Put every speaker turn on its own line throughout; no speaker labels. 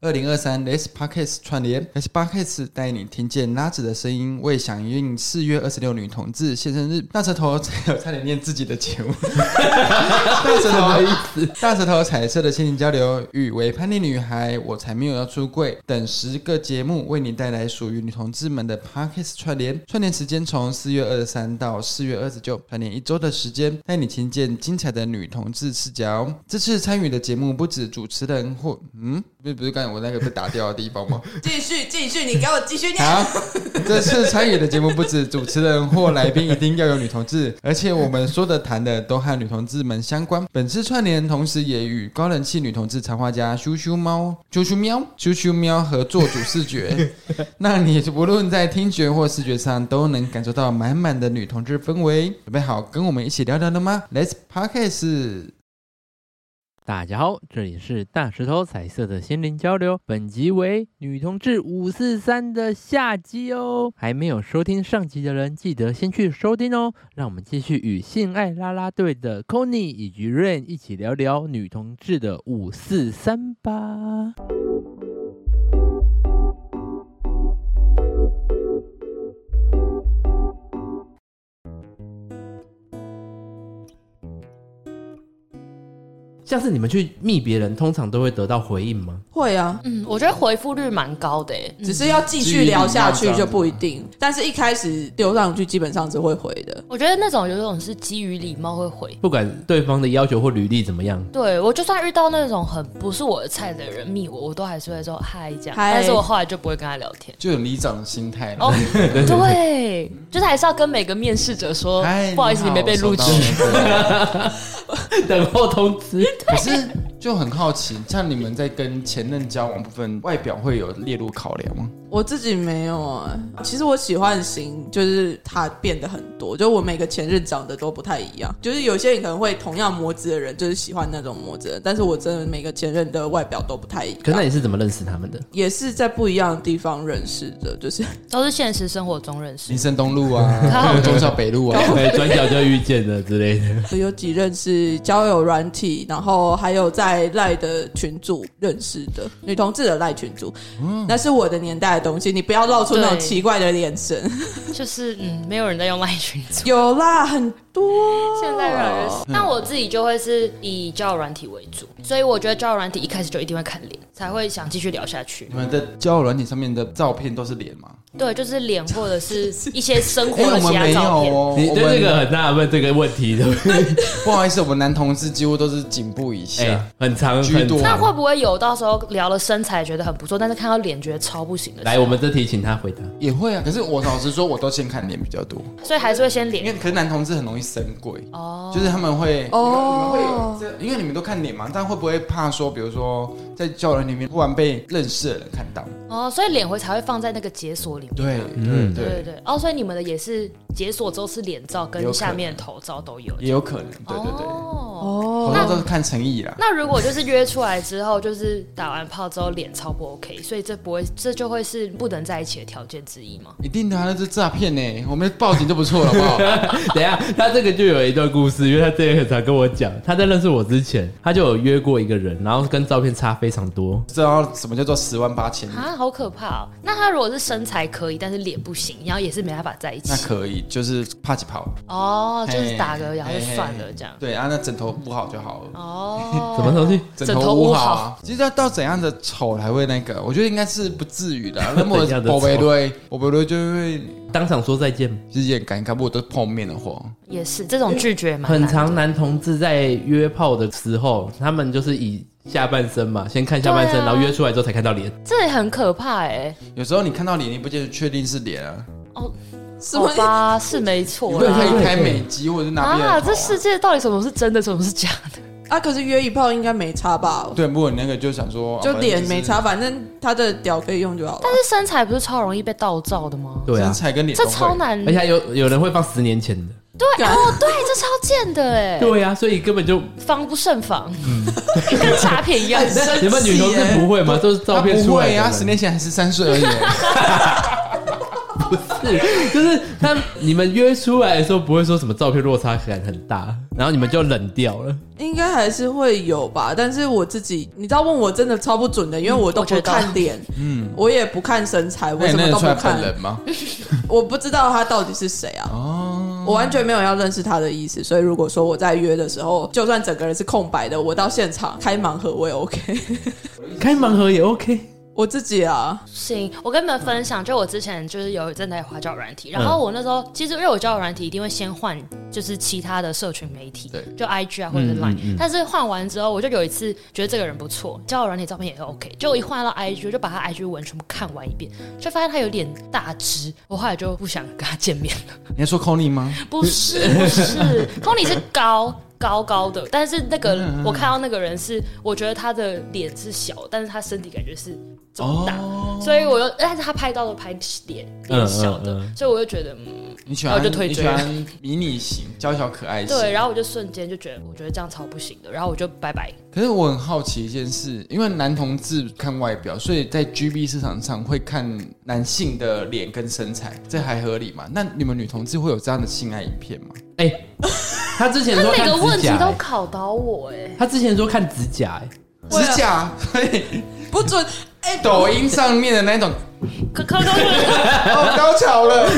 二零二三 Les Parkes 串联，Les Parkes 带你听见拉子的声音，为响应四月二十六女同志献身日。大舌头，差点念自己的节目。大舌头意思？大舌头彩色的心灵交流与为叛逆女孩，我才没有要出柜等十个节目，为你带来属于女同志们的 Parkes 串联。串联时间从四月二十三到四月二十九，串联一周的时间，带你听见精彩的女同志视角。这次参与的节目不止主持人或嗯，不是不是刚才我那个被打掉的地方吗？
继续继续，你给我继续 念。
好，啊这次参与的节目不止主持人或来宾一定要有女同志，而且我们说的谈的都和女同志们相关。本次串联同时也与高人气女同志插画家羞羞猫、羞羞喵、羞羞喵合作主视 觉，让你无论在听觉或视觉上都能感受到满满的女同志氛围。准备好跟我们一起聊聊了吗？Let's podcast。
大家好，这里是大石头彩色的心灵交流，本集为女同志五四三的下集哦。还没有收听上集的人，记得先去收听哦。让我们继续与性爱啦啦队的 c o n y 以及 Rain 一起聊聊女同志的五四三吧。像是你们去密别人，通常都会得到回应吗？
会啊，
嗯，我觉得回复率蛮高的欸诶。
只是要继续聊下去就不一定。但是一开始丢上去，基本上是会回的。
我觉得那种有一种是基于礼貌会回。
不管对方的要求或履历怎么样，
对我就算遇到那种很不是我的菜的人密我，我都还是会说嗨这样，
嗨
但是我后来就不会跟他聊天。
就有里长的心态了
哦，对，就是还是要跟每个面试者说
嗨，
不好意思，你没被录取。。
好收到了
等候通知。
可是就很好奇，像你们在跟前任交往部分，外表会有列入考量吗？
我自己没有啊，其实我喜欢型就是他变得很多，就我每个前任长得都不太一样。就是有些人可能会同样模子的人，就是喜欢那种模子的人，但是我真的每个前任的外表都不太一
可是那
样。
你是怎么认识他们的？
也是在不一样的地方认识的，就是
都是现实生活中认识
林。森东路啊
靠，
中校北路啊，
对，哎转角就遇见了之类的。
有几任是交友软体，然后还有在赖的群组认识的女同志的赖群组，那是我的年代的东西，你不要露出那种
对
奇怪的眼神。
就是嗯，没有人在用赖群组，
有啦，很多，
现在越来越
嗯
少。但我自己就会是以交友软体为主，所以我觉得交友软体一开始就一定会看脸，才会想继续聊下去
你。们的交友软体上面的照片都是脸吗？
对，就是脸或者是一些生活
哎，
的
我们
其他
没有
照片。
哦，
你
我
对
们
这个很纳闷这个问题的，
不好意思，我们男同志几乎都是颈部以
哎、
下。
很长
居
很
多
那
长。
会不会有到时候聊了身材觉得很不错，但是看到脸觉得超不行的？
来，我们这题请他回答。
也会啊，可是我老实说，我都先看脸比较多，
所以还是会先
因
脸
为可是男同志很容易神鬼，
哦，
就是他们会
哦
你们会有这，因为你们都看脸嘛，但会不会怕说，比如说在交友软体里面突然被认识的人看到？
哦，所以脸会才会放在那个解锁里面。
对，对
嗯
对对
对，
对，哦，所以你们的也是解锁之后是脸照
有
跟
可能
下面头照都有。
也有可能，对对对。
哦
哦
好多都是看诚意啦。
那如果就是约出来之后，就是打完炮之后脸超不 OK，所以这不会，这就会是不能在一起的条件之一吗？
一定的、啊，那是诈骗呢，我们报警就不错了，好 不好？
等一下，他这个就有一段故事，因为他之前很常跟我讲，他在认识我之前，他就有约过一个人，然后跟照片差非常多。
知道什么叫做十万八千里？
啊，好可怕、哦！那他如果是身材可以，但是脸不行，然后也是没办法在一
那
起。
可以，就是怕起跑，
哦，就是
嘿
打个然后就
嘿嘿
算了这样。
对啊，那枕头不好就好了。
哦，
什么东西？
枕头
捂
捂
好
好
啊，其实要到怎样的丑才会那个？我觉得应该是不至于的 啊。那么
怎样的
宝贝
丑
对，宝贝对就会
当场说再见。
其实也很尴尬，不过都是碰面的话，
也是这种拒绝也蛮
很
难的
常男同志在约炮的时候，他们就是以下半身嘛，先看下半身，
对啊
然后约出来之后才看到脸。
这也很可怕哎、
有时候你看到脸，你不见得确定是脸啊，
什
好
么？
吧，是没错
对，他
啦。
一开美肌或者是哪边的
啊，
头
这世界到底什么是真的，什么是假的？
啊，可是约一炮应该没差吧？
对，不过你那个就想说，
就
啊
脸没，差，反正他的屌可以用就好了
但。是身材不是超容易被盗照的吗？
反
对
正就是身
啊，
材跟脸
这
都会
超难，
而且还有有人会放十年前的。
对
干
哦，对，这超贱的哎、
对啊，所以根本就
防不胜防， 跟诈骗 一样。
你们女同志不会吗？都是照片
他
啊
出
不
来的
会啊
人。
啊，十年前还十三岁而已。
不 是，就是他你们约出来的时候不会说什么照片落差感很大，然后你们就冷掉了。
应该还是会有吧，但是我自己，你知道问我真的超不准的，因为我都不
我知道
看脸，嗯，我也不看身材，我
哎那
什
你
么
认
都
得
不
出来
看
本，人吗？
我不知道他到底是谁啊，
哦，
我完全没有要认识他的意思，所以如果说我在约的时候，就算整个人是空白的，我到现场开盲盒我也 OK，
开盲盒也 OK，
我自己啊，
行，我跟你们分享，就我之前就是有正在滑交友软体，
嗯
然后我那时候其实因为我交友软体一定会先换，就是其他的社群媒体，
对
就 IG 啊或者是
嗯
Line，、
嗯嗯
但是换完之后，我就有一次觉得这个人不错，交友软体照片也 OK，就我一换到 IG，我就把他 IG 文全部看完一遍，就发现他有点大只，我后来就不想跟他见 面了。
你在说 c o n y 吗？
不是不是 c o n y 是高。高高的，但是那个、
嗯
我看到那个人是，我觉得他的脸是小，但是他身体感觉是肿
哦
大，所以我就，但是他拍到都拍脸脸小的，
嗯嗯嗯
所以我就觉得，嗯，
你喜
然
欢
后就退
你喜
追了
欢迷你型、娇小可爱型。
对，然后我就瞬间就觉得，我觉得这样超不行的，然后我就拜拜。
可是我很好奇一件事，因为男同志看外表，所以在 GB 市场上会看男性的脸跟身材，这还合理吗？那你们女同志会有这样的性爱影片吗？
哎、他之前
他
说
每
看
个问
指
题
甲、
都
哎
考倒我、哎，
他之前说看指甲、哎，
会啊
指甲， 所以
不准，哎、
抖音上面的那种，
可可可可，
哦，高潮 了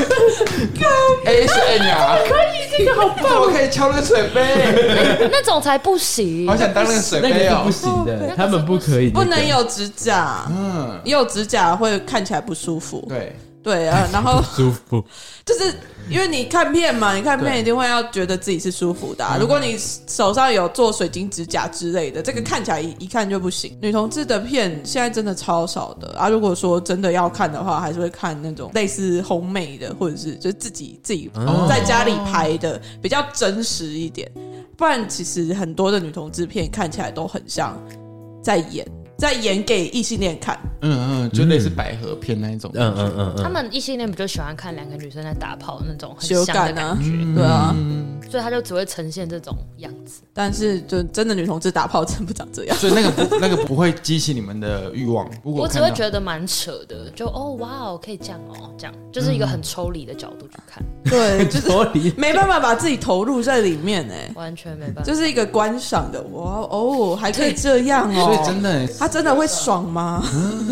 ，A 是 N 呀，可以，这个好棒，我可以敲那个水 杯，
那种才不行
好。想当那个水
那个
杯
是
哦
不。行
那个
的，
是
他们不可以、
不能。有指甲，
嗯，
有指甲会看起来不舒服，
对，
对啊，然后。
舒服，
就是因为你看片嘛，你看片
对
一定会要觉得自己是舒服的啊、如果你手上有做水晶指甲之类的，这个看起来一一看就不行。女同志的片现在真的超少的啊！如果说真的要看的话，还是会看那种类似红妹的，或者是就是自己自己
哦
在家里拍的，比较真实一点。不然其实很多的女同志片看起来都很像在演，在演给异性恋看。
嗯嗯，就类似百合片那一种，
嗯嗯嗯
他
嗯，
们异性恋不就喜欢看两个女生在打炮那种很
羞
香的
感
感
啊
觉，
嗯
嗯
对啊，
所以他就只会呈现这种样子。
但是就真的女同志打炮真不长这样。
所以那个不那个不会激起你们的欲望。如果
我只
看
会
到
觉得蛮扯的，就哦哇哦，可以这样哦，这样就是一
嗯
个很抽离的角度去看，
对，就是
脱离
没办法把自己投入在里面哎、
完全没办法。
就是一个观赏的哇哦，还可以这样哦，
所以真的
他真的会爽吗？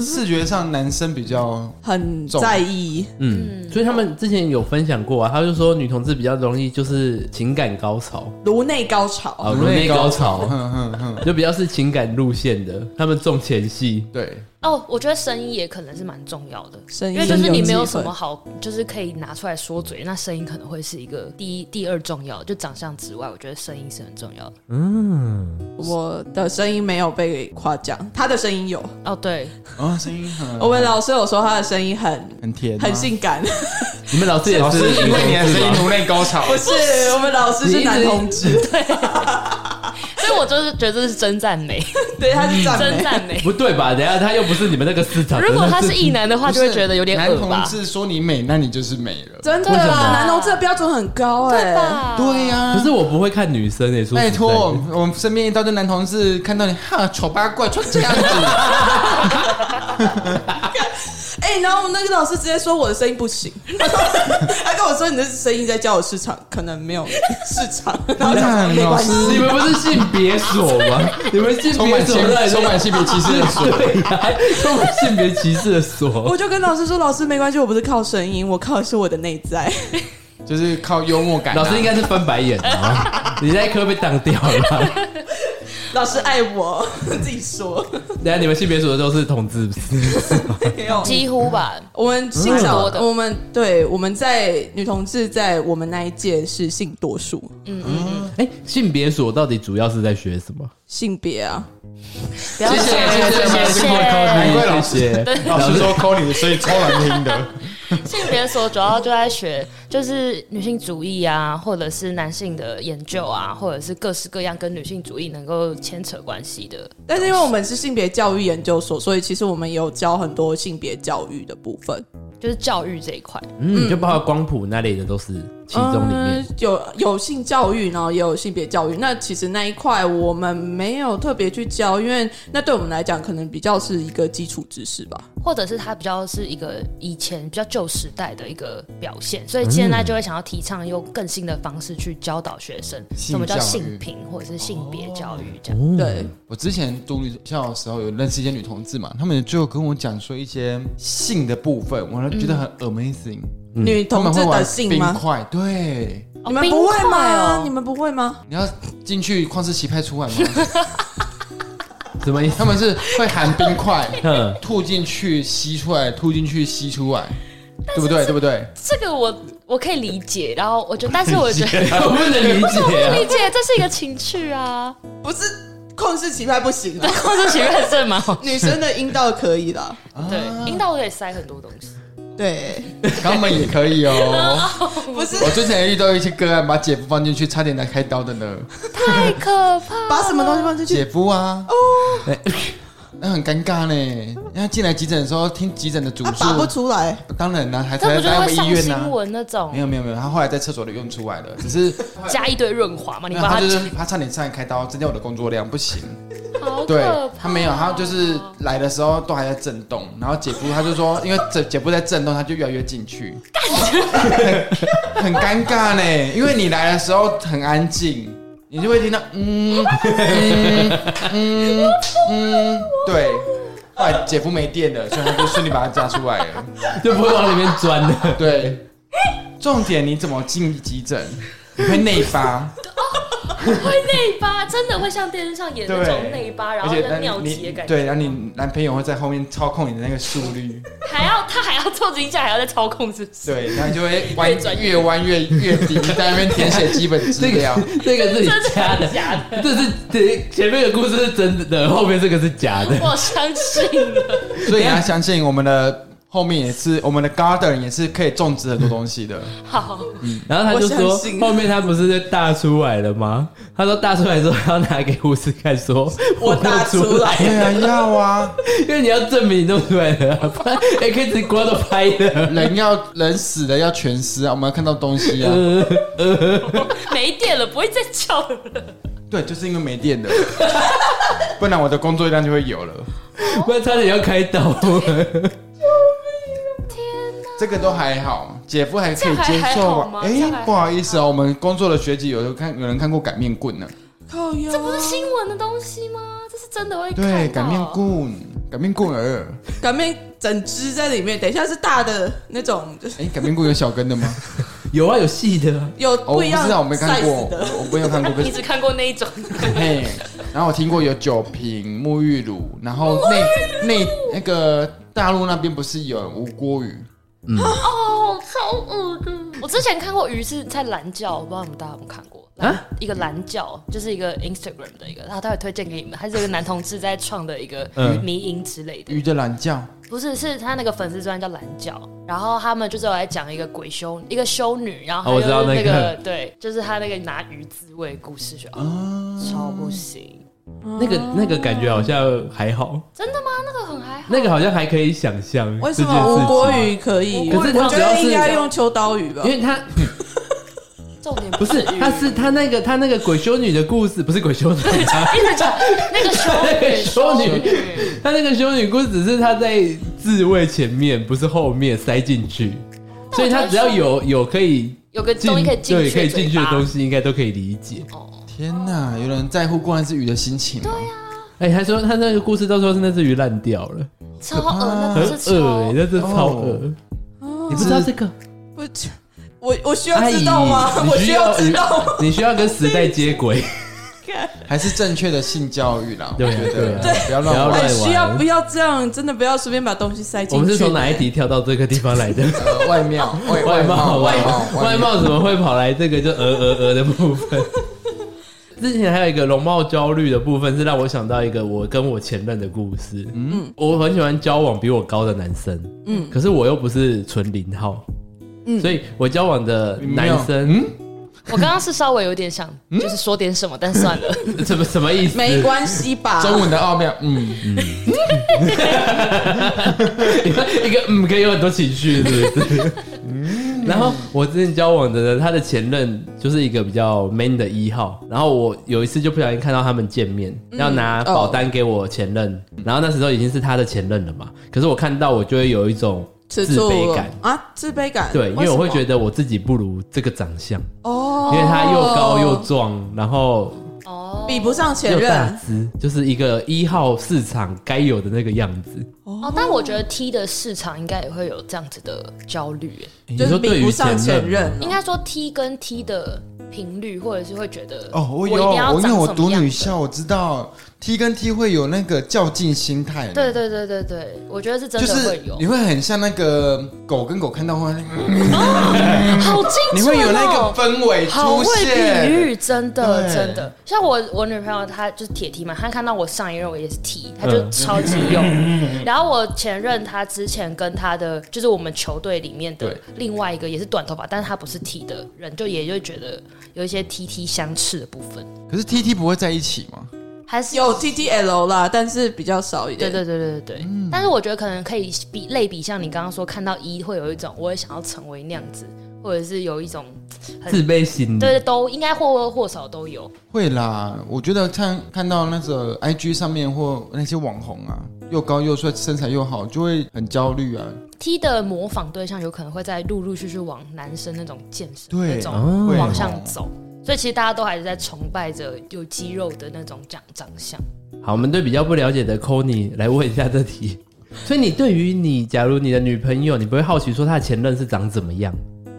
视觉上男生比较
很在意，
嗯，所以他们之前有分享过啊，他就说女同志比较容易就是情感高潮
颅内高潮，
啊，颅内高
嗯
潮，
嗯嗯，
就比较是情感路线的，他们重前戏，
对，
哦，我觉得声音也可能是蛮重要的，
声音
因为就是你没有
有机会
什么好，就是可以拿出来说嘴，那声音可能会是一个第一、第二重要的，就长相之外，我觉得声音是很重要的。
我的声音没有被夸奖，他的声音有。
哦，对，
哦，声音很
我们老师有说他的声音很
很甜，啊
很。性感，
你们老师也
老师
是
因为你的
女同志
声音
吗
颅内高潮，
不是我们老师
你一
是
直
男同志，
所以我就是觉得这是真 赞美，
对，他是长
真
得
赞美。
不对吧？等一下他又不是你们那个市场，
欸如果他
真
是
的
异男的话，
不
就是会觉得有点
男
恶
同
吧？
志说你美，那你就是美了。
真的
为什么
啦，男同志的标准很高哎、
对吧？
对呀、
可是我不会看女生诶、欸，说实在
拜
的
托，我们身边一大堆男同事看到你，哈，丑八怪，穿这样子，
哎、然后我们那个老师直接说我的声音不行， 他跟我说你的声音在教我市场，可能没有市场，然后
那
没
老
关系。
你
师
们不是性别所吗？你们性
充
别
满
所在
性充满性别歧视的说，
对啊，充满性别歧视的所
哦
我。就跟老师说，老师没关系，我不是靠声音，我靠的是我的内在。
就是靠幽默感啊、
老师应该是翻白眼啊！你那一科被挡掉了。
老师爱我， 自己说
等一下你们性别所的都是同志， 是不是
没有。
几乎吧。
我们性
蛮
少
多，的
我们对我们在女同志在我们那一届是性多数，
嗯嗯嗯，
哎、性别所到底主要是在学什么？
性别啊，
不要
谢谢
讲
谢谢
谢
谢谢
谢。
难怪老师
谢谢
老师说抠你，所以超难听的。
性别所主要就在学，就是女性主义啊，或者是男性的研究啊，或者是各式各样跟女性主义能够牵扯关系的。
但是因为我们是性别教育研究所，所以其实我们也有教很多性别教育的部分。
就是教育这一块，
嗯，就包括光谱那类的都是。
其中里面
嗯？有有性教育，然后也有性别教育。那其实那一块我们没有特别去教，因为那对我们来讲可能比较是一个基础知识吧。
或者是它比较是一个以前比较旧时代的一个表现，
嗯
所以现在就会想要提倡用更新的方式去教导学生
性
什么叫
教育
性平或者是性别教育这样。
哦
对，
我之前读女校的时候，有认识一些女同志嘛，她们就跟我讲说一些性的部分，我觉得很 amazing。
嗯
女
她
同
们
志
会
的
玩
性
冰
吗？
块，对，
哦
你们不会
冰块
吗？
哦
你们不会吗？
你要进去旷世奇派出来吗？
什么意思？
他们是会含冰块，
嗯，
吐进去吸出来，吐进去吸出来，对不对？对不对？
这个我我可以理解，然后我觉得，但是我觉得
我不能理解啊。
理解这是一个情 趣啊，
不是，旷世奇派不行啊，
或者情愿症嘛，
女生的阴道可以啦。
啊
对，阴道可以塞很多东西，
对，
肛门也可 以哦。
不是
我之前也遇到一些个案，把姐夫放进去，差点来开刀的 呢。
太可怕了。
把什么东西放进去？
姐夫啊，
哦
那很尴尬呢。因为他进来急诊的时候，听急诊的主
啊，
诉
拔，不出来。
当然啦、还
这
才
不就
来我
会
们
上
医院啊呢、
新闻那
没
种，
有没有没有，他后来在厕所里用出来了，只是
加一堆润滑嘛？你
因为
把
他
它
就是他差点上来开刀，增加我的工作量，不行。
好
对
可怕。
他没有，他就是来的时候都还在震动，然后姐夫他就说，因为 姐姐夫在震动，他就越来越进去，很尴尬呢，因为你来的时候很安静，你就会听到嗯嗯嗯 嗯，对。后来姐夫没电了，所以他就顺利把它夹出来了。
啊就不会往里面钻的。
对，重点你怎么进急诊？你会内发，
会内八，真的会像电视上演那
对
种内八， 然
而
后
且
要尿
你
急的
你
感觉。
对，然后你男朋友会在后面操控你的那个速率。
还要他还要做指甲，还要再操控，是不是？
对，然后就会弯
越转
越弯越越 低，在那边填写基本资料。
这个是你加的
真的，假的？
这是这前面的故事是真的，后面这个是假的。
我相信了，
所以你要相信我们的后面也是我们的 garden 也是可以种植很多东西的。
好，
然后他就
我
说
相，信
后面他不是就大出来了吗？他说大出来之后要拿给护士看，说
我
大
大出 来，
对啊，要啊，
因为你要证明你弄出来的、啊，不然 X 直光都拍的。
人要人死了要全尸啊，我们要看到东西啊。
没电了，不会再叫了。
对，就是因为没电了， 不然我的工作量就会有了。
哦
不然差点要开刀了。
这个都还好，姐夫还可以接
这还还
受
好
吧
吗？
哎
这还好，吗
不好意思啊，我们工作的学姐有人看有人看过擀面棍呢。
哦
靠腰啊
这不是新闻的东西吗？这是真的会
对，
看
擀面
到。
棍，擀面棍儿。
擀面整只在里面，等一下是大的那种，就是
哎，擀面棍有小根的吗？
有啊，有戏的、啊。
有
哦，我
不
不
一
知
样
道，我没看过，
size 的。
我我没有看 过。可
你
是
只看过那一种，
嘿，然后我听过有酒瓶、沐浴乳，然后那那那个大陆那边不是有无锅鱼？
哦，超恶的。我之前看过鱼是在蓝教，我不知道你们大家有没有看过啊？一个蓝教就是一个 Instagram 的一个，然后他会推荐给你们，他是一个男同志在创的一个
嗯
迷因之类的。
鱼的懒觉，
不是，是他那个粉丝专叫蓝教，然后他们就是有来讲一个鬼修，一个修女，然后
哦
她
我知道
就是
那
那
个
对，就是他那个拿鱼自慰的故事，就啊，超不行，
哦
那个那个感觉好像还好，
真的吗？那个很还好，
那个好像还可以想象
为什
这件事
么
情
吴国？语可以？
可是它
我觉
主要
得
是
应该用秋刀鱼吧
因。为他
重点
不是，
鱼
他是他那个他那个鬼修女的故事，不是鬼修女、啊，
一直讲那个修
修
女，
女他那个修女故事只是他在自慰前面，不是后面塞进去，所以他只要有有可以
有个东西可以进
对
去，
可以进去的东西，
西。
应该都可以理解。
哦，
天哪！有人在乎过那只鱼的心情吗？
哎、他说他那个故事到时候是那只鱼烂掉了，
超恶，那
很
不是
恶哎、
超
那真的超恶、
哦
你不知道这个？
不，我我需要知道吗
阿姨？
我
哎你
需
需
要
要
知道吗？
你需要跟时代接轨，
还是正确的性教育啦？
对
我觉
对
得不要
啊不要
乱
乱
玩
很
玩。
哎需要不要这样？真的不要随便把东西塞进去。
我们是从哪一？题跳到这个地方来的？
呃外貌，外
外貌，
外
外
貌，
貌，外貌怎么会跑来这个就呃呃呃的部分？ 之前还有一个容貌焦虑的部分，是让我想到一个我跟我前任的故事。嗯，我很喜欢交往比我高的男生，嗯，可是我又不是纯零号，嗯，所以我交往的男生，
我刚刚是稍微有点想，就是说点什么，但 算了。
嗯，什么什么意思？
没关系吧？
中文的奥妙，嗯，
一个嗯可以有很多情绪，是不是？然后我之前交往的人，他的前任就是一个比较 man 的一号。然后我有一次就不小心看到他们见面，
嗯
要拿保单给我前任，
哦
然后那时候已经是他的前任了嘛。可是我看到我就会有一种自
吃醋
卑
了
感，
啊，自卑感。
对，因为我会觉
得
得我自己不如这个长相，
哦
因，为他又高又壮，然后
哦
比不上前
又大
任
只，就是一个一号市场该有的那个样子。
哦，但我觉得 T 的市场应该也会有这样子的焦虑耶，
你
就是
说对
比
于
不上前
任吗，
任哦，
应该说 T 跟 T 的频率，或者是会觉得
哦，我
我
有，
一定要
我因为我
长什么
读
样
女
子
校，我知道 T 跟 T 会有那个较劲心态，
对，对对对对，我觉得是真
就
的
是
会有，
你会很像那个狗跟狗看到会，
好精准、哦，
你会有那个氛围
好
出
会比
现。
喻，真的
对
真的。像我我女朋友她就是铁 T 嘛，她看到我上一任我也是 T，她
嗯
就超级用。 然后我前任她之前跟她的就是我们球队里面的
对
另外一个也是短头发，但是她不是 T 的人，就也就觉得有一些 T T 相斥的部分，
可是 T T 不会在一起吗？
还是
有 T T L 啦，但是比较少一
对
点。
对对对对对，
嗯
但是我觉得可能可以比类比，像你刚刚说看到一会有一种我也想要成为那样子，或者是有一种很
自卑心理。
对对都应该或多或少都有。
会啦，我觉得看看到那个 IG 上面或那些网红啊，又高又帅，身材又好，就会很焦虑啊。
T 的模仿对象有可能会在陆陆续续往男生那种健身
对
那种
哦
会
往
哦
上走，所以其实大家都还是在崇拜着有肌肉的那种长长相。
好，我们对比较不了解的 c o n y 来问一下这 题。所以你对于你，假如你的女朋友，你不会好奇说她的前任是长怎么样，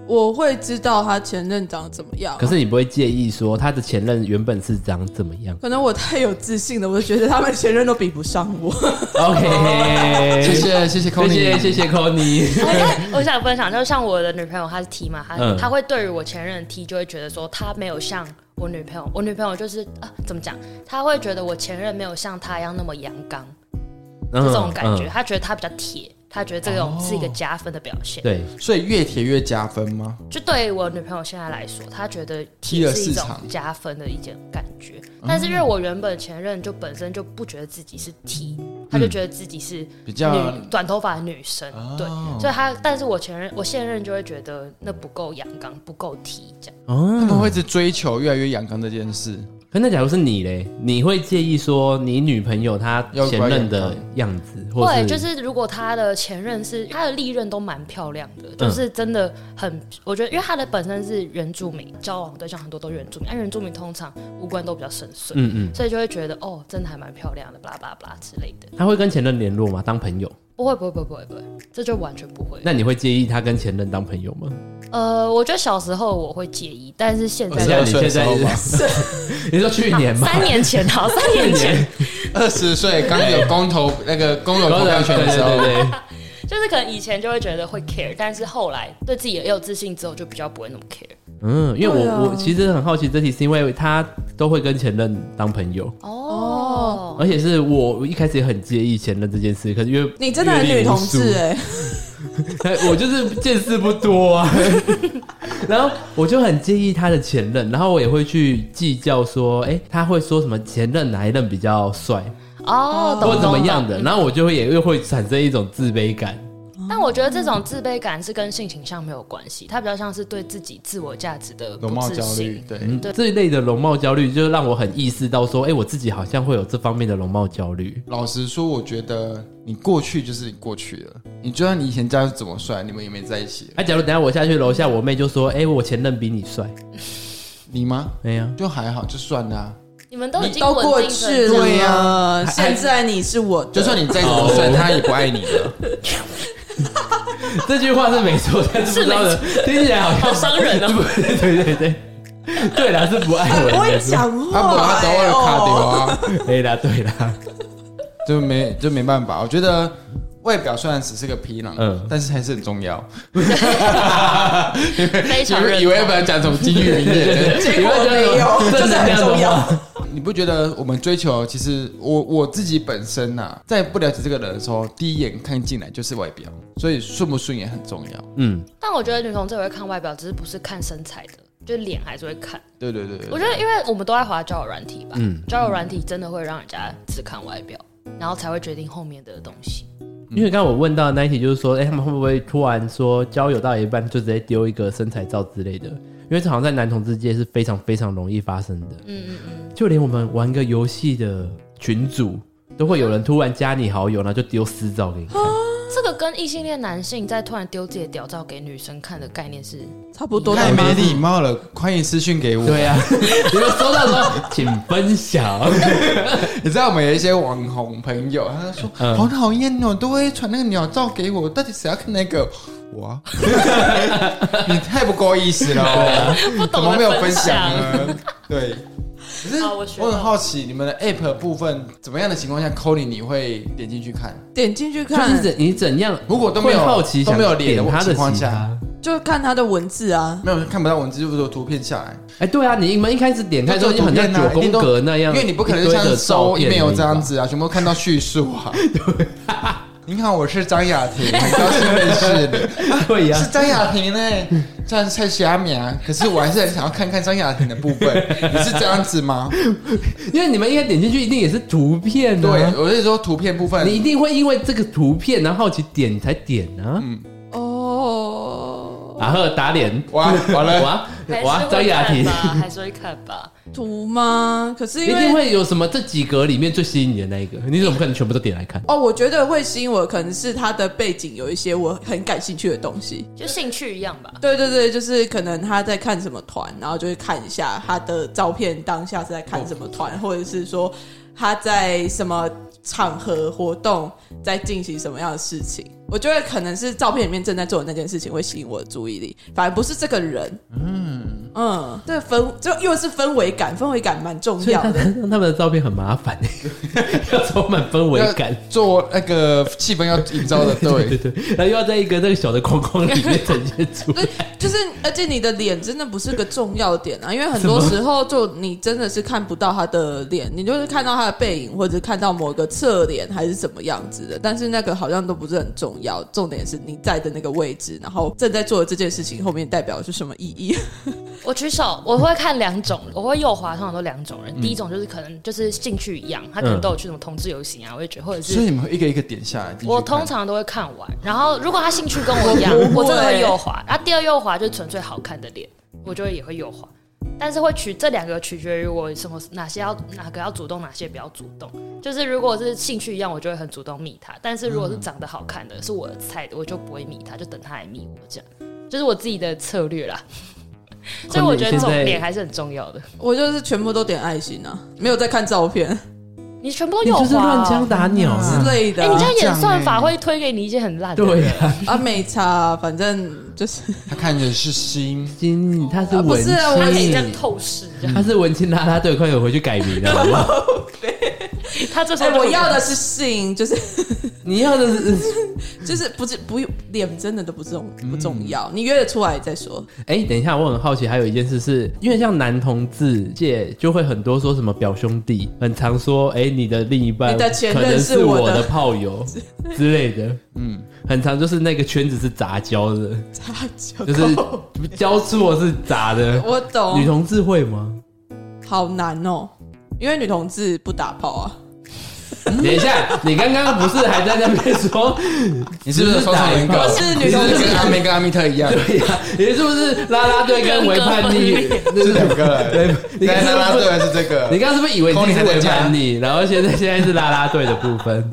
我会知道他前任长怎么样啊。
可是你不会介意说她的前任原本是长怎么 样
可能我太有自信了，我就觉得他们前任都比不上 我。
？OK，
谢谢谢谢 c o
谢
n
哎谢谢谢 c o n y
我想分享，就像我的女朋友她是 T 嘛，她、
嗯
她会对于我前任的 T 就会觉得说她没有像我女朋友，我女朋友就是啊怎么讲，她会觉得我前任没有像她一样那么阳刚，
嗯
这种感觉，她觉得她比较铁。她觉得这种是一个加分的表现，
嗯对，
所以越铁越加分吗？
就对我女朋友现在来说，她觉得
踢了
是一
市
种
场
加分的一件感觉。
嗯
但是因为我原本前任就本身就不觉得自己是 T，他就觉得自己是
嗯
女、
比较
短头发的女生，对，
哦
所以他但是我前任我现任就会觉得那不够阳刚，不够 T 这样。
他
哦。
们会一直追求越来越阳刚这件事。
可那假如是你嘞，你会介意说你女朋友她前任的样子，或
对，
是
就是如果他的前任是他的历任都蛮漂亮的，
嗯
就是真的很，我觉得因为他的本身是原住民，交往对象很多都原住民，但原住民通常五官都比较深邃，
嗯嗯，
所以就会觉得哦，真的还蛮漂亮的，巴拉巴拉巴拉之类的。
她会跟前任联络吗？当朋友？
不会，不会，不会，不会，不会，这就完全不会。
那你会介意她跟前任当朋友 吗？
呃，我觉得小时候我会介意，但是现在
现在
你现在
二十岁的
你说去年吗？
三年前好，三 年前
二十岁刚有公投那个公有投
对
票权的时候，
对对对。
就是可能以前就会觉得会 care，但是后来对自己也有自信之后，就比较不会那么 care。
嗯，因为我、
对啊
我其实很好奇这题，是因为他都会跟前任当朋友，
哦，
而且是我一开始也很介意前任这件事，可是因为
你真的很女同志哎、
哎， 我就是见识不多啊。 然后我就很介意他的前任，然后我也会去计较说，哎、他会说什么前任哪一任比较帅，
哦，
或
懂
者怎么样
懂
的，
懂
然后我就会也又会产生一种自卑感。
但我觉得这种自卑感是跟性倾向没有关系，它比较像是对自己自我价值的不
容貌
自
焦虑
信。，
对，
嗯，这一类的容貌焦虑，就让我很意识到说，哎、我自己好像会有这方面的容貌焦虑。
老实说，我觉得你过去就是你过去了。你就算你以前家是怎么帅，你们也没在一起。
啊那、假如等一下我下去楼下，我妹就说，哎、我前任比你帅。
你吗？
哎呀、
就还好，就算啦、
你们都已经
都
稳
过
定成
去了，
对
呀、
啊
现在你是我的，
就算你再怎么帅，他也不爱你
哦
了。
哎这句话是没错，但是不知道的，听起来好像
好伤人哦
对 对对对，对啦，是不爱我
哎不会
的。
讲
他不，
话、
他等我
欸
有卡丢
哦，
啊，
对啦，对啦，
就没就没办法。我觉得外表虽然只是个皮囊，
嗯
但是还是很重要。
非
以
常认
为
同
以为本来讲什么金玉名言，
结果没有，就是很重要。
你不觉得我们追求，其实我我自己本身呐、在不了解这个人的时候，第一眼看进来就是外表，所以顺不顺眼很重要。
嗯，
但我觉得女同志也会看外表，只是不是看身材的，就脸还是会看。
对对对
我
对，
觉得，因为我们都在滑交友软体吧，
嗯
交友软体真的会让人家只看外表，然后才会决定后面的东西。
因为刚刚我问到 Nike 就是说，哎、他们会不会突然说交友到一半就直接丢一个身材照之类的？因为这好像在男同志界是非常非常容易发生的。
嗯嗯嗯，
就连我们玩个游戏的群组，都会有人突然加你好友，然后就丢私照给你看。
这个跟异性恋男性在突然丢自己的屌照给女生看的概念是，
差不多
太没
力。
礼貌了，欢迎私讯给我。
对啊， 你们收到的时候请分享。
你知道我们有一些网红朋友，他就说、
嗯
好讨厌哦，都会传那个鸟照给我，到底谁要看那个？我啊，你太不够意思了哦，
不
怎
懂
么
得
没有分
分
享呢？对，可是
好我学
我很
到
好奇，你们的 App 部分怎么样的情况下 c o l i n 你会点进去看？
点进去
就
看
是，怎你怎样，
如果都没有
会好奇
都
想
没有脸
点
的
他的
情况
其
下
他
就看他的文字啊。
没有看不到文字，就是说图片下来，
哎，对啊，你们一开始点开之后就很像九
那
宫格那样，
因为你不可能
一堆
像
的照
收
片
email
而已
这样
吧。
子啊，全部都看到叙述啊。你好，我是张雅 婷，很高兴认识你。
对呀
是，张雅婷呢，虽然菜虾米啊，可是我还是很想要看看张雅婷的部分。 你是这样子吗？
嗯因为你们一开始点进去一定也是图片
对
啊，，
我是说图片部分
你。一定会因为这个图片然后好奇点才点啊。
嗯
哦，
然后打脸，
哇，完了，
哇
还是
哇，张
会
雅
看
婷
吧， 还是会看吧。
图吗？可是
一
因为
定会有什么这几格里面最吸引你的那一个，你怎么可能全部都点来看？
哦，我觉得会吸引我，可能是他的背景有一些我很感兴趣的东西。
就兴趣一样吧。
对对对，就是可能他在看什么团，然后就会看一下他的照片，当下是在看什么
嗯
团，或者是说他在什么场合活动，在进行什么样的事情。我觉得可能是照片里面正在做的那件事情会吸引我的注意力，反而不是这个人。嗯嗯，这氛就又是氛围感，氛围感蛮重
所以
要
他
的。
让他们的照片很麻烦，欸 要充满氛围感。
做那个气氛要营 造的
对
对。
对，然后又要在一个那个小的框框里面呈现出来
对，就是，而且你的脸真的不是个重要点啊，因为很多时候就你真的是看不到他的脸，你就是看到他的背影，或者看到某个侧脸还是怎么样子的，但是那个好像都不是很重要，重点是你在的那个位置，然后正在做的这件事情后面代表的是什么意义。
我举手，我会看两种，我会右滑，通常都两种
嗯
人。第一种就是可能就是兴趣一样，他可能都有去什么同志游行啊，我也觉得，或者
所以
是
你们会一个一个点下来。进去看
我通常都会看完。然后如果他兴趣跟我一 样，我真的会右滑。然后第二右滑就是纯粹好看的脸，我就会也会右滑。但是会取这两个取决于我什么哪些要哪个要主动，哪些比较主动。就是如果是兴趣一样，我就会很主动密他；但是如果是长得好看的，是我的菜的，我就不会密他，就等他来密我这样。就是我自己的策略啦。所以我觉得这种脸还是很重要的。
我就是全部都点爱心啊，没有在看照片
你全部都
你
有滑、
就是乱枪打鸟啊。
之类的
哎、你这
啊
样演算法会推给你一些很烂的。
对呀、啊，
啊，没差啊，反正就是
他看的是心，
金嗯他是
啊不
文
是
青，
啊
他
我
可以
也
这样透视，这样
他是文青啦啦队，快点回去改名了啊好不好。
他这时
哎、
候就
我要的是性，就是。
你要的是，
就是不是不用脸真的都不重不重要，你约得出来再说。
哎、等一下，我很好奇，还有一件事是，因为像男同志界就会很多说什么表兄弟，很常说，哎、你的另一半
你的前
可能
任
是
是
我
我的
的炮友 之类的，嗯，很常就是那个圈子是杂交的，
就
就
是
交错是杂的。
我
女
懂，
同志会吗？
好难哦，因为女同志不打炮啊。
等一下，你刚刚不是还在那边 说，
你是不是双重人格？
我
是
你
女
是
同
不
志
是跟阿妹跟阿密特 一样，
对呀、你是不是啦啦队跟维叛逆？
是两个人。
你
对，
刚
拉拉
刚是不
队
是
还是这个？
你刚刚是不是以为自己是维叛逆？然后现在现在是啦啦队的部分，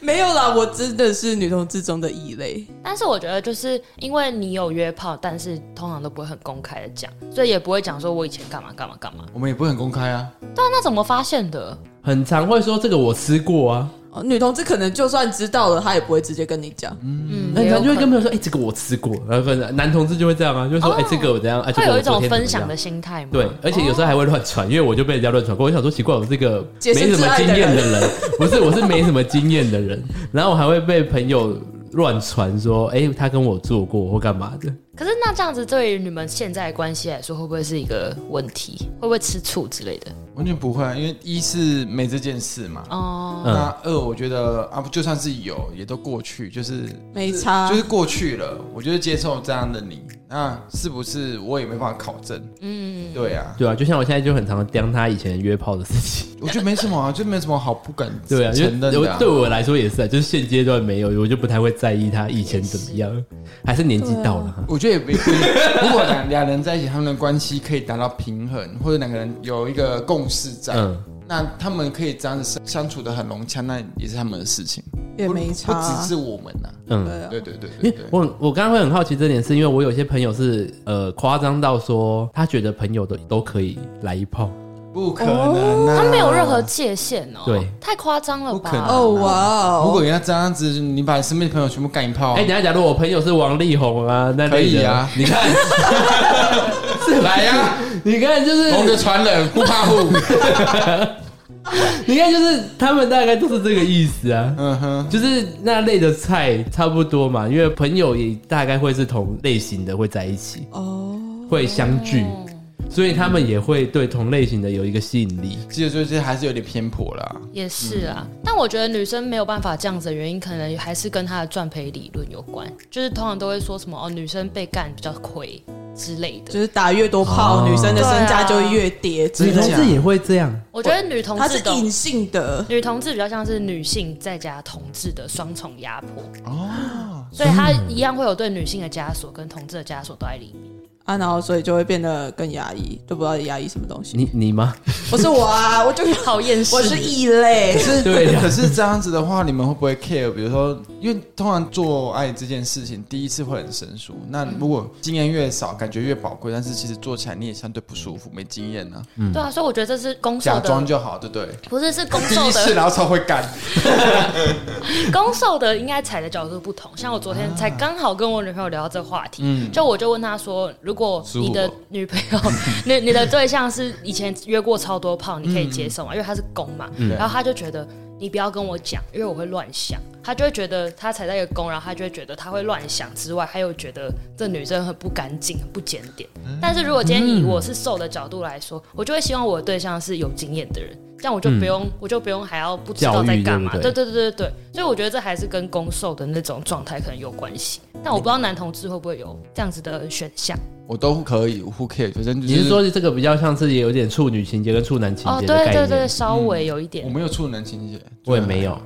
没有啦，我真的是女同志中的异类。
但是我觉得，就是因为你有约炮，但是通常都不会很公开的讲，所以也不会讲说我以前干嘛干嘛干嘛。
我们也不会很公开啊。
但那怎么发现的？
很常会说这个我吃过啊，
哦女同志可能就算知道了，她也不会直接跟你讲。
嗯，
很
也有
常就会
可
跟
能
朋友说，哎、这个我吃过，然后跟男同志就会这样啊，就说，
哦
哎、这个我怎样，哎、这
会
个
有
我
一
昨
种
天怎么
分享
样
的心态吗？
对，而且有时候还会乱传，因为我就被人家乱传过。我想说奇怪，我这个没什么经验的人， 不是，我是没什么经验的人，然后我还会被朋友乱传说，哎、他跟我做过或干嘛的。
可是那这样子对于你们现在的关系来说，会不会是一个问题？会不会吃醋之类的？
完全不会，啊，因为一是没这件事嘛，
哦、
嗯
那二我觉得啊，就算是有，也都过去，就是
没差
就是过去了。我觉得接受这样的你，那是不是我也没办法考证？
嗯，
对啊，
对啊，就像我现在就很常刁他以前约炮的事情。
我觉得没什么啊，就没什么好不敢
对啊，因
承
为
认
我
的啊、
对我来说也是啊，就是现阶段没有，我就不太会在意他以前怎么样，还是年纪到了哈。
我觉得也没，如果两两人在一起，他们的关系可以达到平衡，或者两个人有一个共识在，
嗯，
那他们可以这样子相相处的很融洽，那也是他们的事情，
也没
不不
差
只
啊。
是我们呐、
嗯
对啊
对对对对
因为
对，
我很我刚刚会很好奇这点，是因为我有些朋友是呃夸张到说他觉得朋友都都可以来一炮，
不可能、啊
哦他没有任何界限哦，
对
太夸张了
不可能
吧？
哦哇哦！
如果人家这样子，你把你身边的朋友全部干一炮、
哎、等一下假如我朋友是王力宏啊，那类的
可以啊
你看，是
来呀、
你看就
龙的
是，
传人不怕虎。
你看就是，他们大概都是这个意思啊，
嗯哼，
就是那类的菜差不多嘛，因为朋友也大概会是同类型的会在一起，
哦，
会相聚，
嗯
所以他们也会对同类型的有一个吸引力。
其实就是还是有点偏颇啦。
也是啊，
嗯
但我觉得女生没有办法这样子的原因，可能还是跟她的赚赔理论有关，就是通常都会说什么哦，女生被干比较亏之类的
就。是打越多炮，
哦啊
女生的身价就越跌之
女
类
同
的。
志也会这样，
我觉得女同
它
志
是
都
隐性的，
女同志比较像是女性再加同志的双重压迫，
哦，
所以她一样会有对女性的枷锁跟同志的枷锁都在里面。
啊，然后所以就会变得更压抑，都不知道压抑什么东西。
你你吗？
不是我啊，我就
讨厌世
我是异类
可。是
对呀
可是这样子的话，你们会不会 care？比如说，因为通常做爱这件事情，第一次会很生疏。那如果经验越少，感觉越宝贵，但是其实做起来你也相对不舒服，没经验呢、
对啊，所以我觉得这是攻
嗯假
受
装
的，
就好，对不对？
不是是攻
第
受
一次
的，
然后超会干，
攻受的应该踩的角度不同。像我昨天
啊
才刚好跟我女朋友聊到这话题，
嗯，
就我就问她说，如果
舒服
你的
不
女朋 友、你你的对象是以前约过超多炮，你可以接受吗？因为她是攻嘛，
嗯
然后她就觉得。你不要跟我讲，因为我会乱想。她就会觉得她踩在一个攻，然后她就会觉得她会乱想之外，她又觉得这女生很不干净、很不检点。但是如果今天以我是瘦的角度来说，我就会希望我的对象是有经验的人，这样我就不用，我就不用还要不知道在干嘛。
教育对
对对对对对，所以我觉得这还是跟攻受的那种状态可能有关系。但我不知道男同志会不会有这样子的选项。
我都可以，who care？反正就
你是说这个比较像是也有点处女情节跟处男情
哦，
节的概
对
念？
对对，稍微有一点。
我没有处男情节，
我也没有。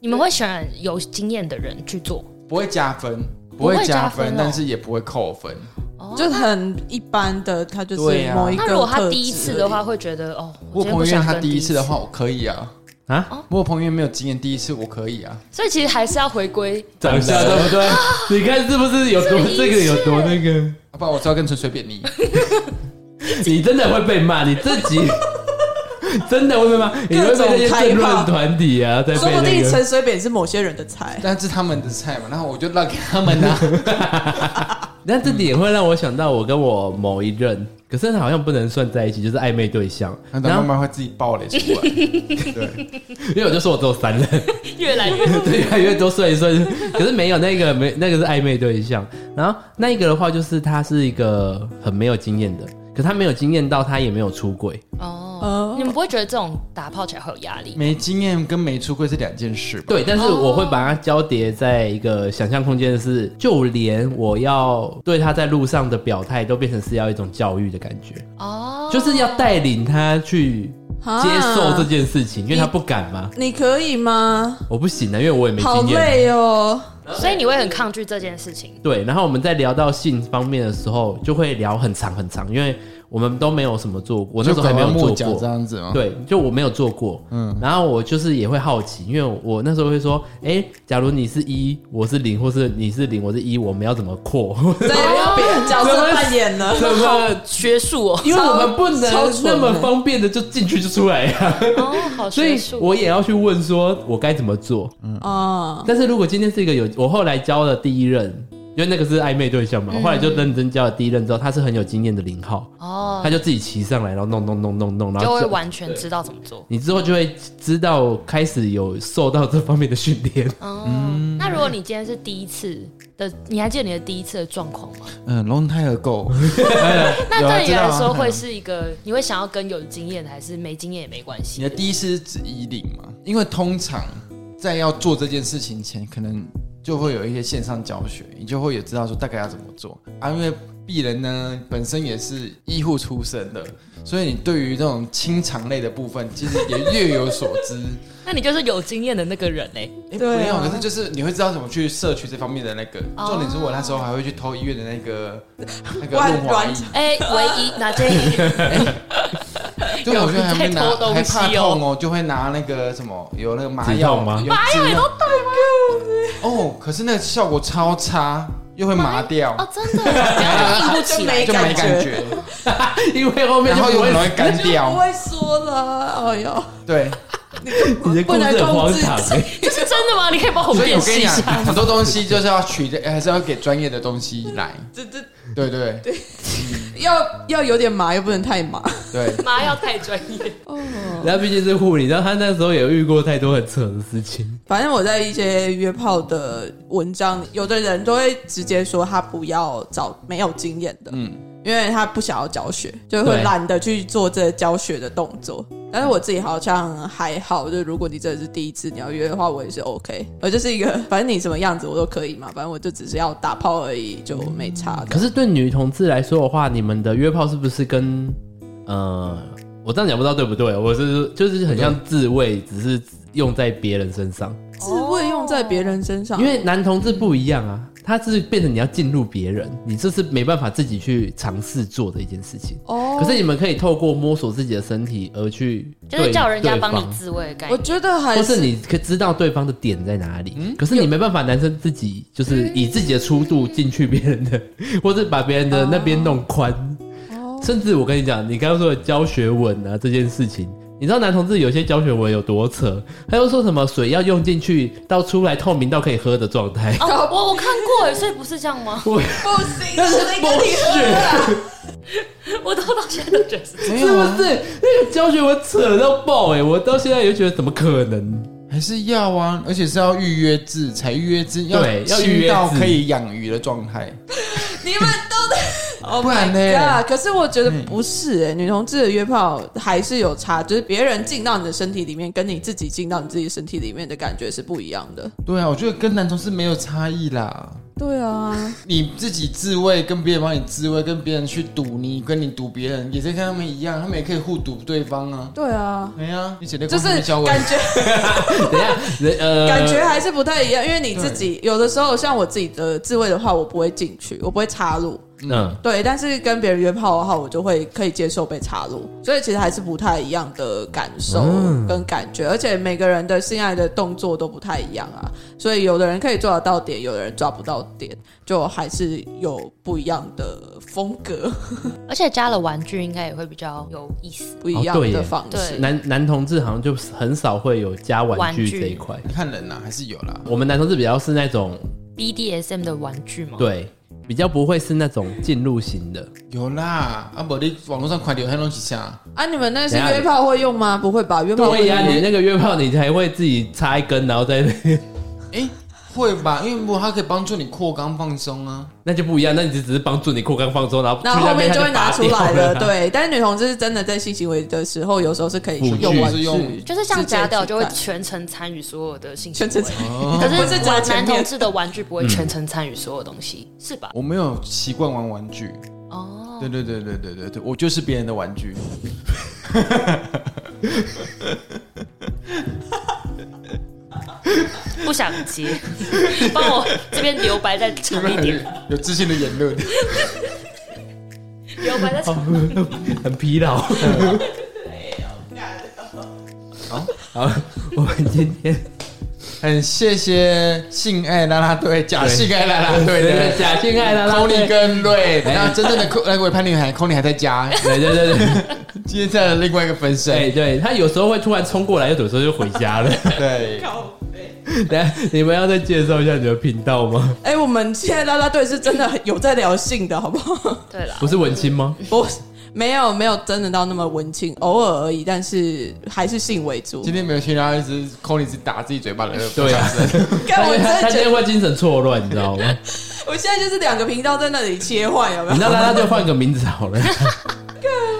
你们会选有经验的人去做？
不会加分，不
不会
会加
加
分，
分哦
但是也不会扣分。
哦
就很一般的，他就是
对啊
某一个、
那如果他第一次的，话，会觉得哦，
如果
我今天不
彭于晏
想
他
跟
第一次的话，
第一哦
我可以啊。
啊，
如果彭于晏没有经验，第一次我可以啊。
次，所以其实还是要回归。
长相对不对？你看是不是有多这个有多那个？
要啊不然我知道跟陈水扁你，
你真的会被骂，你自己真的会被骂，你会被那些政论团体啊，在
说
被
不
那
定
个。
陈水扁是某些人的菜。
但是他们的菜嘛，然后我就让给他们啊。
那这点会让我想到我跟我某一任，可是好像不能算在一起，就是暧昧对象。
那他
然
慢
后
慢会自己爆雷出来。 对，
因为我就说我只有三 任，
越 来越
对，啊越来越多算一算，可是没有那个没那个是暧昧对象。然后那一个的话，就是他是一个很没有经验的，可他没有经验到他也没有出轨。
哦
哦，
你们不会觉得这种打炮起来会有压力？
没经验跟没出柜是两件事吧？
对，但是我会把它交叠在一个想象空间的是，就连我要对他在路上的表态，都变成是要一种教育的感觉，
哦，
就是要带领他去
啊
接受这件事情，因为他不敢嘛。
你可以吗？
我不行啊，因为我也没
好
经验。
累哦，
所以你会很抗拒这件事情。
对，然后我们在聊到性方面的时候，就会聊很长很长，因为我们都没有什么做过，我那时候还没有
就拐弯抹
做
角
过
这。样子哦吗？，
对，就我没有做过，嗯，然后我就是也会好奇，因为我那时候会说，哎，假如你是一，我是零，或是你是零，我是一，我们要怎么扩？
再也没有别人角色扮演了。
怎么？
学术哦，
因为我们不
超
能
蠢
那么
的
方便的就进去就出来呀、
哦，好
所以
学术。
我也要去问说，我该怎么做？
哦，
但是如果今天是一个有我后来交的第一任，因为那个是暧昧对象嘛，我后来就认真交了第一任之后，他是很有经验的零号，
嗯哦
他，就自己骑上来，然后弄弄弄弄弄，然
就
后
会完全知道怎么做。
你之后就会知道开始有受到这方面的训练。
哦，
嗯
那如果你今天是第一次的，你还记得你的第一次的状况吗？
嗯，long time ago，
那
有啊
对你
知道
来
啊
说会是一个，你会想要跟有经验的，还是没经验也没关
你
系
的？第一次是指一零吗？因为通常在要做这件事情前，可能就会有一些线上教学，你就会也知道说大概要怎么做啊。因为鄙人呢本身也是医护出身的，所以你对于这种清肠类的部分，其实也略有所 知。
那你就是有经验的那个人欸嘞、
哎，
对啊
没有，可是就是你会知道怎么去摄取这方面的那个。
哦
重点是我那时候还会去偷医院的那个那个
软
润滑液
软，
哎、唯一 哪这一
就我觉得还会拿
有人在偷东西
还怕
哦
痛哦，就会拿那个什么有那个麻
止
药
痛吗
麻药也都带吗？哦，可是那个效果超差，又会麻掉，
哦，真的， 然后就硬不起来
没
就没
感
感
觉
觉，
因为后面
然
就
后
不
有可
会
能会干
就不
掉。
会说了。哎呦，
对，
你的故事很荒唐
不能控制自
哎，
这是真的吗？你可以帮我
所以
辨
我跟
析
你
一
讲
下。，
很多东西就是要取的，还是要给专业的东西来。
这这
对对对
要要有点麻，又不能太麻。
对，
麻药太专业，
那毕竟是护理，然后他那时候也遇过太多很扯的事情。
反正我在一些约炮的文章，有的人都会直接说他不要找没有经验的，嗯，因为他不想要教学，就会
对
懒得去做这教学的动作。但是我自己好像还好，就如果你真的是第一次你要约的话，我也是 OK。我就是一个， 反正你什么样子我都可以嘛，反正我就只是要打炮而已，就没差
可
的。
是对女同志来说的话，你们的约炮是不是跟呃，我这样讲不知道对不对？我是就是很像自慰，只是用在别人身上，
自慰用在别人身上，
因为男同志不一样啊，他是变成你要进入别人，你这是没办法自己去尝试做的一件事情。
哦
可是你们可以透过摸索自己的身体而去对，
就是叫人家帮
对
你
方
自慰的概
我
念。
觉得还
或是你可以知道对方的点在哪里，可是你没办法，男生自己就是以自己的粗度进去别人的，或是把别人的那边弄宽。甚至我跟你讲，你刚刚说的教学文啊这件事情，你知道男同志有些教学文有多扯？他又说什么水要用进去到出来透明到可以喝的状态，
哦，我我看过哎，所以不是这样吗？
不行，
那是
谁跟你喝
bullshit
我都到现在都觉得是
没
是
有
不
啊，
是？那个教学文扯到爆哎、我到现在也觉得怎么可能？
还是要啊，而且是要预约制，才预约制，
对要预约
新
制
到可以养鱼的状态。
你们都在。
不然
对啊，
呢？
可是我觉得
嗯
不是哎、女同志的约炮还是有差，就是别人进到你的身体里面，跟你自己进到你自己身体里面的感觉是不一样的。
嗯
对啊，我觉得跟男同事没有差异啦。
对啊，
你自己自慰，跟别人帮你自慰，跟别人去赌，你跟你赌别人，也是跟他们一样，他们也可以互赌对方啊。
对 啊，
对啊，你写的
就是
教我，
感觉
等一下，人呃，
感觉还是不太一样，因为你自己有的时候像我自己的自慰的话，我不会进去，我不会插入。
嗯。
对，但是跟别人约炮的话，我就会可以接受被插入，所以其实还是不太一样的感受
嗯
跟感觉，而且每个人的性爱的动作都不太一样啊，所以有的人可以做得到点，有的人抓不到点，就还是有不一样的风格，
而且加了玩具应该也会比较有意思。
不一样
哦对耶
的方式。
对
男男同志好像就很少会有加玩具
玩具
这一块。
你看人呐、还是有啦。
我们男同志比较是那种
BDSM 的玩具嘛，，
对，比较不会是那种进入型的。
有啦，啊不，你网络上快流很多几下，
啊，你们那是
等一下
约炮会用吗？不会吧，约炮会
对呀、
用
你那个约炮，你才会自己插一根，然后再
哎、会吧？因为不，它可以帮助你扩肛放松啊。
那就不一样。那你只是帮助你扩肛放松，然后
然后后面
去
就
那
会
边它
拿
拔
出来
掉
了，。对。但是女同志是真的在性行为的时候，有时候是可以去
辅具
用玩
是用
具，
就是像夹掉就会
直接去
全程参与所有的性行
全程
为。
参
哦
可
不是
是
只有
玩
前
男
面
同志的玩具
嗯
不会全程参与所有东西，是吧？
我没有习惯玩玩具，
哦，
对对对对对对对，我就是别人的玩具。
不想接， 帮我这边留白再长一 点，
有自信的言论，
留白再长。
哦很疲劳。好，好，我们今天
很谢谢性爱啦啦队，假
对
性爱啦啦队的
假性爱啦啦
Conny
队
跟瑞，那真正的 Co- 那个尾盘女孩 Conny 还在家，
对对对对
今天在了另外一个分
对
身。
对，他有时候会突然冲过来，有时候就回家了。
对，
等一下你们要再介绍一下你的频道吗？
哎、我们现在拉拉队是真的有在聊性的，好不好？
对了
不，是文青吗？
不，没有没有真的到那么文青，偶尔而已，但是还是性为主
今。天没有听到一只 Conny 是打自己嘴巴 的那个
对啊
声音
看我真
他
的
他今
觉
天
得，
会精神错乱，你知道吗？
我现在就是两个频道在那里切换，有没
你
有？
知道他他就换个名字好了。
好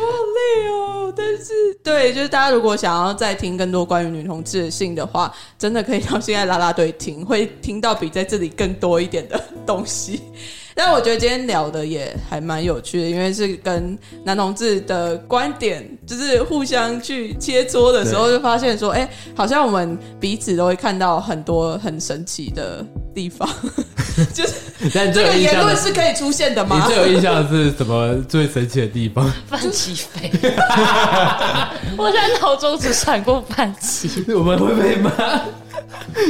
累哦，但是就是对，就是大家如果想要再听更多关于女同志的信的话，真的可以到现在啦啦队听，会听到比在这里更多一点的东西。但我觉得今天聊的也还蛮有趣的，因为是跟男同志的观点，就是互相去切磋的时候，就发现说，哎、好像我们彼此都会看到很多很神奇的地方。就是这
但最有
个
印
言
象
论
的，
是可以出现的
你
吗？
最有印象的是什么最神奇的地方？
范吉飞，我在脑中只闪过范吉。
我们会被骂，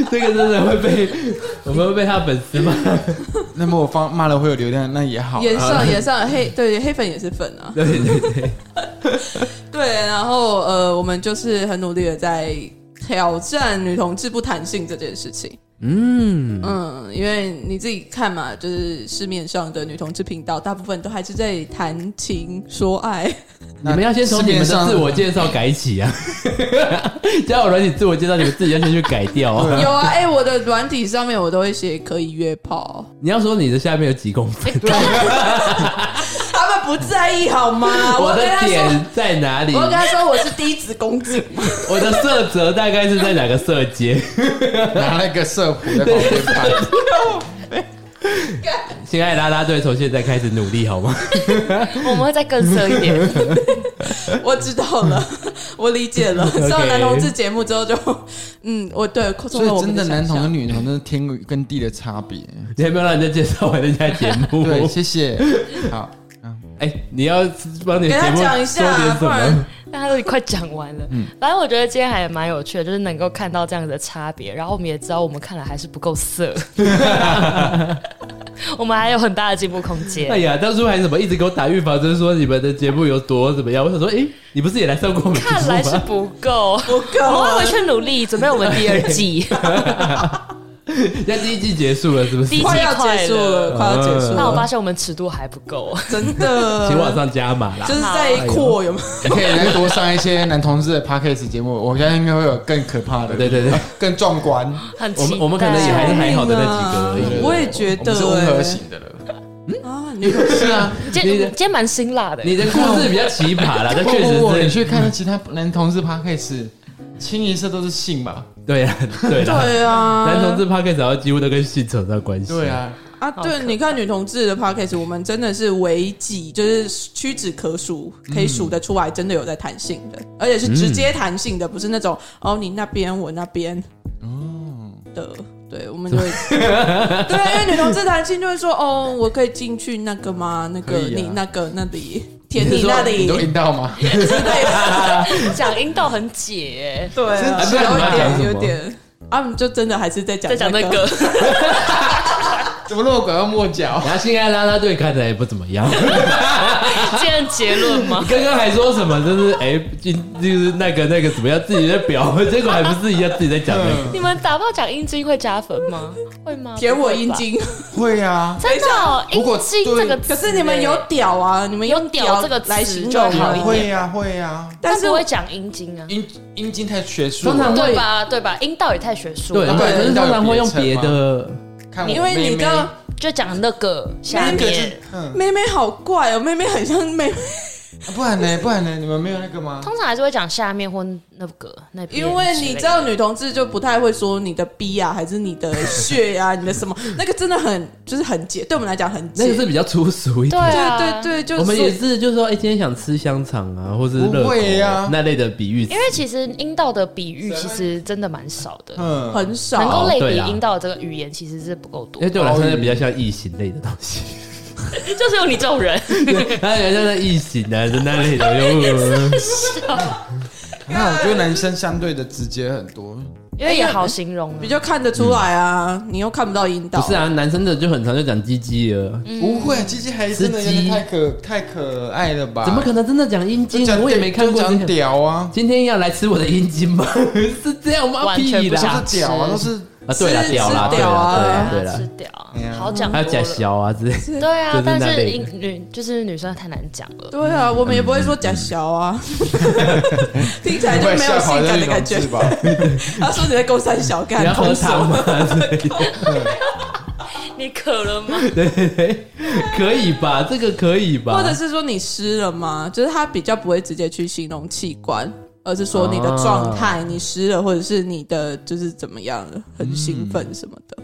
这个真的会被，我们会被他粉丝骂。
那么我放骂了会有流量，那也好。
颜上颜上黑对黑粉也是粉啊，
对对对，
对，然后呃，我们就是很努力的在挑战女同志不弹性这件事情。
嗯，
嗯，因为你自己看嘛，就是市面上的女同志频道，大部分都还是在谈情说 爱。
你们要先从你们的自我介绍改起啊！交友软体自我介绍，你们自己要先去改掉啊！
有啊，哎、我的软体上面我都会写可以约炮，
你要说你的下面有几公分，
哎他们不在意好吗？
我
我
的
跟他说，
点在哪里？
我跟他说我是低职公主，
我的色泽大概是在哪个色阶？
拿了一个射壶在旁边拍，
亲爱的拉拉队，从现在开始努力好吗？
我们会再更色一点。
我知道了，我理解 了。上男同志节目之后就，嗯，我对，
所
所
以真的男同
志。
跟女同真的天跟地的差 别。
你还没有让人家介绍完人家节 目，
对，谢谢。好，
哎、你要帮你
给
的
他
节目
讲一
说
下
点什
不
么
然？
大家都快讲完了，
嗯
反正我觉得今天还蛮有趣的，就是能够看到这样子的差别，然后我们也知道我们看来还是不够 色，我们还有很大的进步空
哎
间。
呀，当初还什么一直给我打预防针，说你们的节目有多怎么样？我想说，哎、你不是啊也来上过我们节目吗？
看来是不够，不
够啊
我们会回去努力，准备我们第二 季。
嗯那第一季结束了，是不是
第一？季
快要结束了，快要结束
但我
了，
发现我们尺度还不够，
真的，
请往上加码啦
就！是在扩有没有？
你可以再多上一些男同志的 podcast 节目，我相信应该会有更可怕的，
对对对，
更壮 观，
很
我
期
们
待。
我们可能也还是还好的那几个而
对
已。
啊我也觉得欸
我们是温和型的了。
啊，女同志
是啊，
今
你
天
的
今天蛮辛辣的，
你的故事比较奇葩啦，但
不
哎确
不不，你
实是
去看其他男同志 podcast，清一色都是性吧？
对啊对啦。
对啊，
男同志 p o d c a s 好像几乎都跟性扯上关系。
对，啊，
啊，对，你看女同志的 podcast，我们真的是唯几，就是屈指可数，
嗯
可以数得出来，真的有在弹性的，而且是直接弹性的，不是那种哦你那边我那边哦的。对，我们 就会对，因为女同志弹性就会说哦，我可以进去那个吗？那个、
可以啊
你那个那里舔
你
你
说
那
你
里
都阴道吗？
之类的。
讲阴道很解，
对啊，
真的吗讲什么
有点有点，他们就真的还是在讲
在讲那
那
个，
怎么那么拐弯抹角？
然后性爱拉拉队看起来也不怎么样。
这样结论吗？
刚刚还说什么？就是哎，就就是那个那个怎么样，自己在表， 结果还不是一样自己在讲
嗯
那个。
你们打炮讲阴茎会加分吗？会吗？
舔我阴
不会吧
茎。
会啊，
真的哦，
如
阴
果
茎
对
这个 词
可
欸，
是你们有屌啊，你们
有
用
屌这个词
来形
就
容
好一
啊
点
会啊，会啊。
但
但是
不会讲阴茎啊，
阴阴茎太学术
通常
了，
对
会
吧？对吧？阴道也太学术
对
了，
对
对，就是通常会用别的，
看
因为你知
啊
道
就讲那个下
那个就
面。
嗯，
妹妹好怪哦，妹妹很像妹 妹，
不然呢？不然呢？你们没有那个吗？
通常还是会讲下面或那个那边之类的，
因为你知道女同志就不太会说你的逼啊，还是你的血啊，你的 什么，那个真的很就是很解，对我们来讲很解。
那个是比较粗俗一
对
点。
对
啊，
对对，就是
我们也是，就是说，哎，今天想吃香肠啊，或是热
不会啊
狗那类的比喻词
因。为其实阴道的比喻其实真的蛮少的，
嗯，
很
能
少
够
哦
类
对
比
啦
阴道的这个语言其实是不够多
因为，对我来说，那比较像异形类的东西，
就是有你这种人，
它比较像异形啊，就那类的。有
那我觉得男生相对的直接很多，
因为也好形容啊
比。较看得出来啊，你又看不到阴道，
不是啊，男生的就很常就讲鸡鸡了，
不会，鸡鸡还真的有
吃鸡
点太可太可爱了吧？
怎么可能真的讲阴
就
茎？
讲
我也没看过
就
这
讲
个。
屌啊，
今天要来吃我的阴茎吗？ 是这样吗？
完
屁
全不
啦！
想
都是屌啊，都是
啊，对啦，
吃
屌啦，
吃
对
屌啊
啦，对啦，对
吃
啦，
屌
对啊，
好讲多
还有假
了。
小啊之类。
对
就
啊
是，
但
那
是
类
女女就是女生太难讲了。
对啊，我们也不会说假小啊，听起来就
不会
没有
吓跑
性
那
感的
种
感觉
字。吧？
他说你在勾三小
你
干，
要喝
空手
汤吗？
你你渴了吗？
对对对， 可以吧？这个可以吧？
或者是说你湿了吗？就是他比较不会直接去形容器官，而是说你的状态，你湿了，或者是你的就是怎么样了，很兴奋什么的。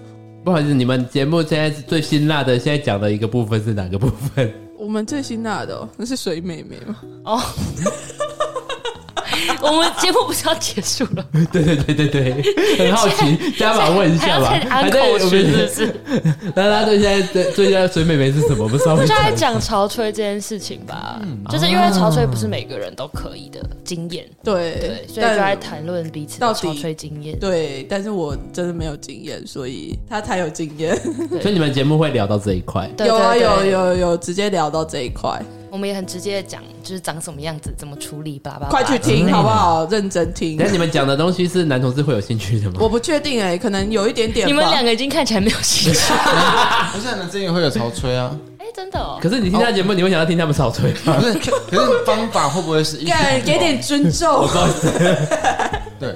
不好意思，你们节目现在最辛辣的，现在讲的一个部分是哪个部分？
我们最辛辣的、哦、那是水美眉吗？
哦， 我们节目不是要结束了？
对对对对 对，很好奇，加码问一下吧。
还要再 uncle
我
是不
们
是？
那大家对现在对对现在水美眉是什么？不知道
不
会
是在
讲
讲潮吹这件事情吧？就是因为潮吹不是每个人都可以的经验，
对
对，所以
但
就在谈论彼此
到
的
底
潮吹经验。
对，但是我真的没有经验，所以他才有经验。
所以你们节目会聊到这一块。
对
有啊，
对
有
对
有有，直接聊到这一块，
我们也很直接的讲，就是长什么样子，怎么处理，巴拉巴拉。
快去听好不好？认真听
那。你们讲的东西是男同志会有兴趣的吗？
我不确定哎、可能有一点点吧。
你们两个已经看起来没有兴趣。
不是啊，男生也会有潮吹 啊，
哎，真的哦
可。是你听他节目，你会想要听他们吵嘴吗？
不是？可是方法会不会是一
给给点尊重，
对？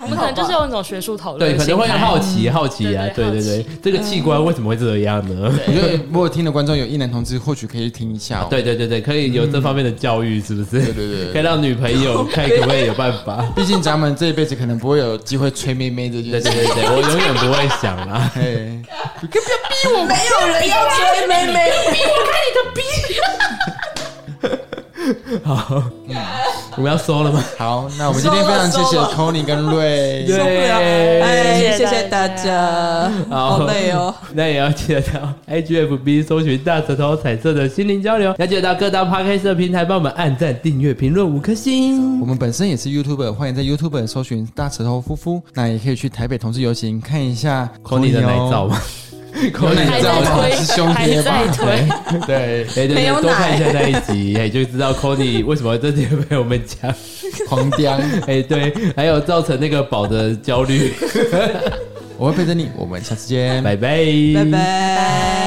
我们可能就是用一种学术讨论
对，
的
可
心态，
能会好奇好奇啊，
对
对
对
对
好
对，这个器官为什么会这样呢？
我觉得如果听的观众有一男同志，或许可以听一下哦。
对对对对，可以有这方面的教育，是不是？
对对对
可以让女朋友看可不可以有办法。
毕竟咱们这一辈子可能不会有机会吹妹妹这件
对
事
对
情。
对对， 我永远不会想啊啦。
嘿
没有人哎要追妹妹。
好，我们要收了吗？
好，那我们今天非常 谢谢
收了
Tony 跟 瑞。
受不了，
对
哎，谢
谢
谢
谢
大
大
家，好累哦。
那也要记得到 IGFB 搜寻大舌头彩色的心灵交流，也记得到各大 Podcast 的平台帮我们按赞、订阅、评论五颗星
我。们本身也是 YouTuber，欢迎在 YouTuber 搜寻大舌头夫妇，那也可以去台北同志游行看一下哦
Kony 的奶照
吧，
吧
有
，Kony
奶
还
的
照
在
吧
推
是兄弟
还在
吧？
推。
对，
哎，对
没有
啊对，多
奶
看一下那一集，哎，就知道 Kony 为什么这集会被我们讲。
狂叼，
哎，对，还有造成那个宝 的焦虑。
我会陪着你，我们下次见，
拜拜，
拜拜。
哎